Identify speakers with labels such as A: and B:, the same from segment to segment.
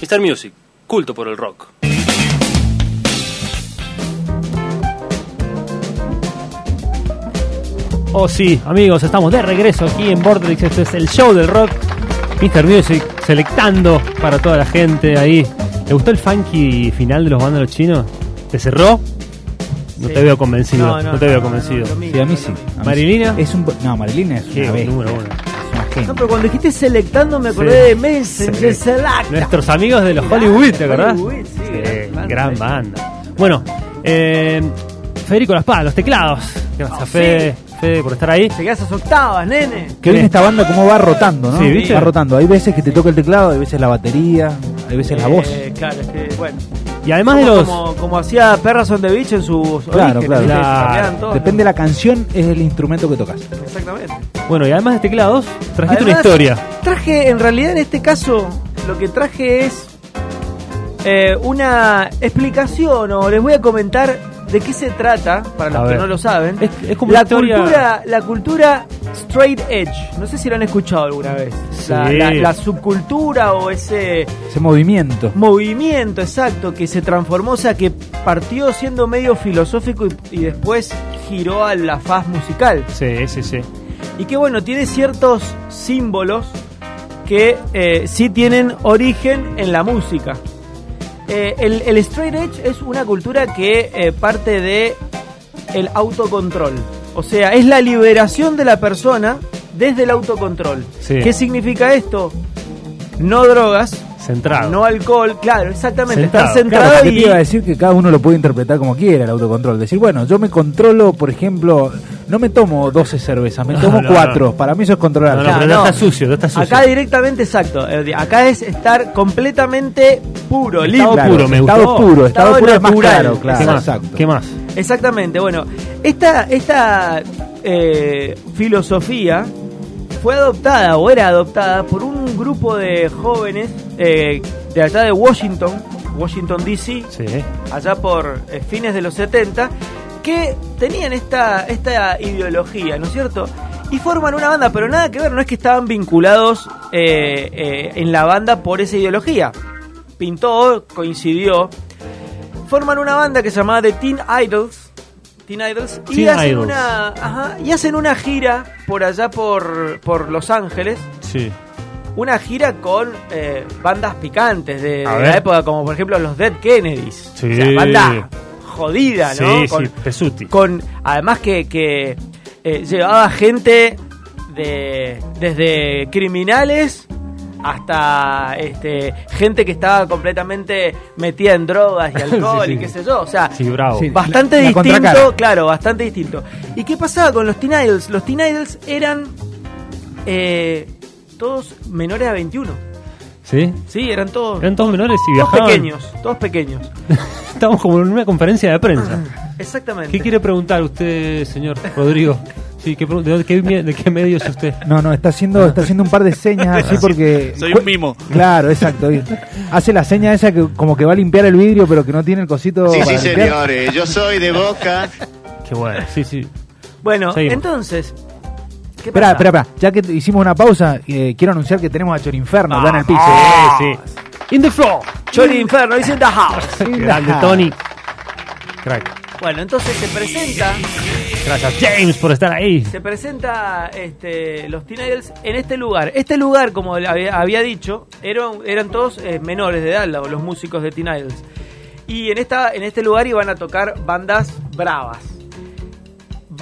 A: Mr. Music, culto por el rock.
B: Oh sí, amigos, estamos de regreso aquí en Vortex. Esto es el show del rock. Mr. Music selectando para toda la gente ahí. ¿Te gustó el funky final de los vándalos chinos? ¿Te cerró? No
C: Sí.
B: te veo convencido. No,
C: No, no,
B: te veo
C: no, no,
B: convencido.
C: no, no, lo mismo,
D: Sí, a mí
C: lo
D: sí. a
C: mismo.
D: mí sí.
B: ¿Marilina?
D: Es un, no, Marilina es
B: Qué
D: una bestia.
B: número uno.
D: Es una genia.
C: No, pero cuando dijiste selectando me acordé
B: Sí.
C: de Messenger
B: Sí.
C: Select.
B: Nuestros amigos de los
C: Mirá,
B: Hollywood, ¿te acordás?
C: Hollywood, sí, gran banda.
B: gran banda. Bueno, eh, Federico Las Palas, los teclados. Gracias
C: Oh,
B: a Fede, Fede por estar ahí.
C: Llegás a sus octavas, nene.
D: Qué bien
B: Sí.
D: esta banda cómo va rotando, ¿no?
B: Sí, ¿viste?
D: Va rotando. Hay veces que te toca el teclado, hay veces la batería, hay veces la
C: Eh,
D: voz.
C: Claro, es que, bueno.
B: Y además de
C: como,
B: los.
C: como, como hacía Perras on the Beach en sus
D: Claro,
C: orígenes,
D: claro.
C: ¿viste? Se
B: Claro.
C: cambiaban todos,
D: Depende de la canción, es el instrumento que tocas.
C: ¿no? Exactamente.
B: Bueno, y además de teclados, trajiste una
C: Además,
B: historia.
C: Traje, en realidad en este caso, lo que traje es eh, una explicación o les voy a comentar de qué se trata, para
B: A
C: los que
B: ver.
C: no lo saben.
B: Es, es como
C: la
B: una historia.
C: cultura, la cultura straight edge. No sé si lo han escuchado alguna vez. La,
B: Sí.
C: la- la subcultura o ese
D: Ese
B: Mm,
D: movimiento.
C: movimiento exacto que se transformó, o sea, que partió siendo medio filosófico y, y después giró a la faz musical.
B: Sí, sí, sí.
C: Y que bueno, tiene ciertos símbolos que eh, sí tienen origen en la música. Eh, el, el straight edge es una cultura que eh, parte de el autocontrol. O sea, es la liberación de la persona desde el autocontrol.
B: Sí.
C: ¿Qué significa esto? No drogas,
B: Centrado.
C: no alcohol, claro, exactamente.
B: Centrado,
C: Estar
D: Claro,
C: centrado
D: porque te iba a
C: y.
D: decir que cada uno lo puede interpretar como quiera el autocontrol. Decir, bueno, yo me controlo, por ejemplo, no me tomo 12 cervezas, me
B: No,
D: tomo
B: no,
D: cuatro.
B: no.
D: Para mí eso es controlar.
B: No, no,
C: Claro,
B: pero no
C: no.
B: está sucio, no está sucio.
C: Acá directamente exacto. eh, Acá es estar completamente puro,
B: Estado
C: limpio.
D: Claro,
B: puro, me
D: estado
B: gustó.
D: puro, estado,
C: Estado
D: puro es más
C: natural.
D: claro, claro.
B: ¿Qué más?
D: Exacto.
B: ¿Qué más?
C: Exactamente, bueno, esta, esta eh, filosofía fue adoptada o era adoptada por un grupo de jóvenes eh, de acá de Washington, Washington DC,
B: Sí.
C: allá por eh, fines de los 70, que tenían esta, esta ideología, ¿no es cierto? Y forman una banda, pero nada que ver, no es que estaban vinculados eh, eh, en la banda por esa ideología. Pintó, coincidió. Forman una banda que se llamaba The Teen Idols. Teen Idols. Y,
B: Teen
C: hacen,
B: Idols.
C: Una, ajá, y hacen una gira por allá por, por Los Ángeles
B: Sí.
C: una gira con eh, bandas picantes de, de
B: A ver.
C: la época, como por ejemplo los Dead Kennedys.
B: Sí.
C: O sea, banda jodida, ¿no?
B: Sí,
C: con,
B: sí, Pesuti.
C: con- además que, que, eh, llevaba gente de desde criminales hasta este gente que estaba completamente metida en drogas y alcohol
B: Sí,
C: y
B: sí.
C: qué sé yo, o sea,
B: Sí, bravo.
D: Sí.
C: Bastante
D: La- la
C: distinto,
D: contracara.
C: claro, bastante distinto. ¿Y qué pasaba con los Teen Idols? Los Teen Idols eran eh, todos menores a 21.
B: ¿Sí?
C: Sí, eran todos,
B: Eran todos menores y
C: todos
B: viajaban.
C: pequeños, todos pequeños.
B: Estamos como en una conferencia de prensa.
C: Exactamente.
B: ¿Qué quiere preguntar usted, señor Rodrigo? Sí, ¿qué pregun- ¿de, dónde- qué mie- de qué medio es usted?
D: No, no, está haciendo, está haciendo un par de señas así porque.
E: Soy un mimo.
D: Claro, exacto. y Hace la seña esa que como que va a limpiar el vidrio, pero que no tiene el cosito.
E: Sí,
D: para
E: sí,
D: limpiar.
E: señores. Yo soy de Boca.
B: Qué bueno. Sí, sí.
C: Bueno,
B: Seguimos.
C: entonces. ¿qué
D: Espera,
C: pasa?
D: espera, espera. Ya que t- hicimos una pausa, eh, quiero anunciar que tenemos a Chorinferno ya en
E: Ah,
D: el piso. ¿eh?
B: Sí, sí. Ah. In the floor.
C: Chori Inferno, dice The House.
D: Sí,
B: Grande,
D: la-
B: Tony. Crack.
C: Bueno, entonces se presenta,
B: Gracias, James, por estar ahí.
C: se presenta este, los Teen Idols en este lugar. Este lugar, como le había, había dicho, eran, eran todos eh, menores de edad, la- los músicos de Teen Idols. Y en, esta, en este lugar iban a tocar bandas bravas.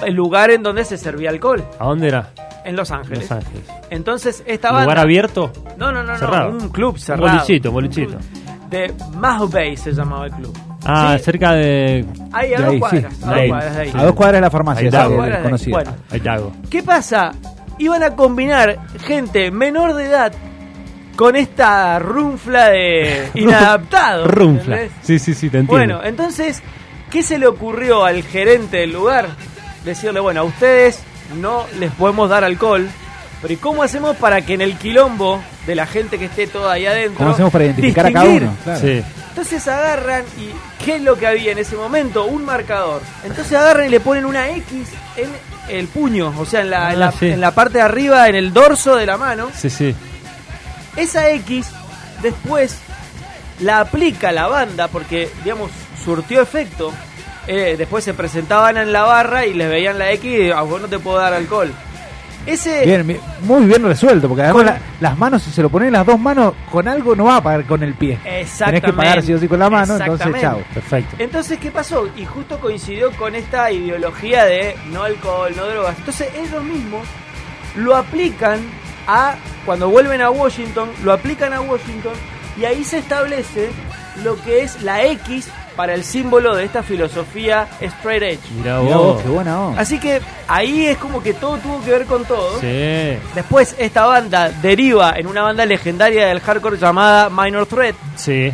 C: El lugar en donde se servía alcohol,
B: ¿A dónde era?
C: en Los Ángeles.
B: Los Ángeles.
C: Entonces esta banda...
B: ¿Lugar abierto?
C: No, no, no, no,
B: Cerrado.
C: un club cerrado.
B: bolichito, bolichito.
C: De Maho Bay se llamaba el club.
B: Ah,
C: Sí,
B: cerca de.
C: ahí a
D: de
C: dos
D: ahí,
C: cuadras.
D: sí,
C: A
B: de
C: dos
B: ahí.
C: cuadras de ahí.
D: A dos cuadras de la farmacia,
B: Ahí
D: esa
B: está.
D: que
B: Dos cuadras
C: de ahí.
D: conocida.
C: Bueno.
B: Aidago.
C: ¿Qué pasa? Iban a combinar gente menor de edad con esta runfla de inadaptado.
B: Runfla.
C: ¿entendés?
B: Sí, sí, sí, te entiendo.
C: Bueno, eh, entonces, ¿qué se le ocurrió al gerente del lugar? Decirle, bueno, a ustedes no les podemos dar alcohol, pero ¿y cómo hacemos para que en el quilombo de la gente que esté toda ahí adentro...
D: ¿Cómo hacemos para identificar a cada
C: distinguir?
D: uno? Claro.
B: Sí.
C: Entonces agarran y ¿qué es lo que había en ese momento? Un marcador. Entonces agarran y le ponen una X en el puño, o sea, en la, en
B: Ah,
C: la-
B: sí.
C: en la parte de arriba, en el dorso de la mano.
B: Sí, sí.
C: Esa X después la aplica la banda porque, digamos, surtió efecto. Eh, después se presentaban en la barra y les veían la X y a vos no te puedo dar alcohol. Ese,
D: Bien, bien, muy bien resuelto, porque además la- las manos, si se lo ponen en las dos manos, con algo no va a pagar con el pie. Tenés que
C: Exactamente.
D: pagar sí o sí con la mano, entonces
C: Exactamente.
D: chao.
B: Perfecto.
C: Entonces, ¿qué pasó? Y justo coincidió con esta ideología de no alcohol, no drogas. Entonces, ellos mismos lo aplican a, cuando vuelven a Washington, lo aplican a Washington y ahí se establece lo que es la X para el símbolo de esta filosofía straight edge.
B: Mirá
D: Mirá
B: vos.
D: vos, qué buena onda.
C: Así que ahí es como que todo tuvo que ver con todo.
B: Sí.
C: Después esta banda deriva en una banda legendaria del hardcore llamada Minor Threat.
B: Sí.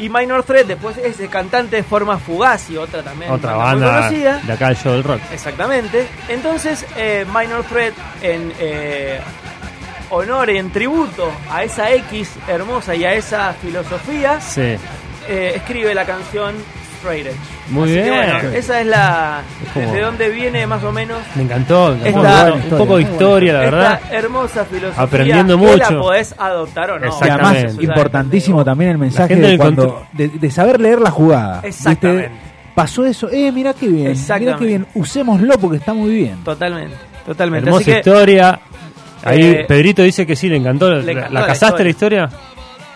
C: Y Minor Threat después es el cantante de forma fugaz y otra también.
B: Otra
C: muy
B: banda
C: conocida.
B: de acá del show del rock.
C: Exactamente. Entonces, eh, Minor Threat, en eh, honor y en tributo a esa X hermosa y a esa filosofía,
B: Sí.
C: eh, escribe la canción Straight Edge.
B: Muy
C: Así que,
B: bien.
C: bueno, esa es la.
B: como-
C: desde donde viene más o menos
B: Me encantó. me encantó.
C: Esta-
B: Bueno, un poco de historia, la verdad.
C: esta hermosa filosofía.
B: Aprendiendo
C: que la
B: mucho.
C: podés adoptar o no.
D: Y además,
B: Exactamente.
D: importantísimo también el mensaje
B: gente
D: de,
B: del
D: cuando,
B: control.
D: de, de saber leer la jugada. ¿viste?
C: Exactamente.
D: Pasó eso, eh, mirá qué bien, mirá
C: Exactamente.
D: qué bien, usémoslo porque está muy bien.
C: Totalmente, totalmente.
B: Hermosa
C: Así que
B: historia. Ahí
C: Eh,
B: Pedrito dice que sí, le encantó. la-
C: le
B: la,
C: encantó la
B: casaste la historia?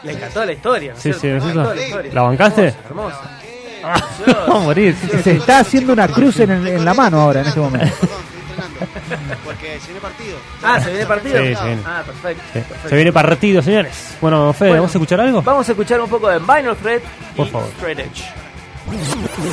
C: le encantó la historia. ¿no es
B: Sí, sí,
C: cierto?
B: ¿no es
C: Le encantó
B: eso?
C: la historia.
B: ¿La bancaste? Ah,
C: Hermosa. hermosa.
B: Vamos a morir. sí, sí,
D: Se
B: sí.
D: está haciendo una cruz en, el- en la mano ahora, en este momento.
E: Perdón, estoy entrenando. Porque se viene partido.
C: Ah, ¿se viene partido?
B: Sí, se viene.
C: Ah, perfecto. perfecto.
B: Eh, Se viene partido, señores. Bueno, Fede,
C: Bueno.
B: ¿vamos a escuchar algo?
C: Vamos a escuchar un poco de Vinyl Thread
B: Por
C: y
B: favor.
C: Straight Edge.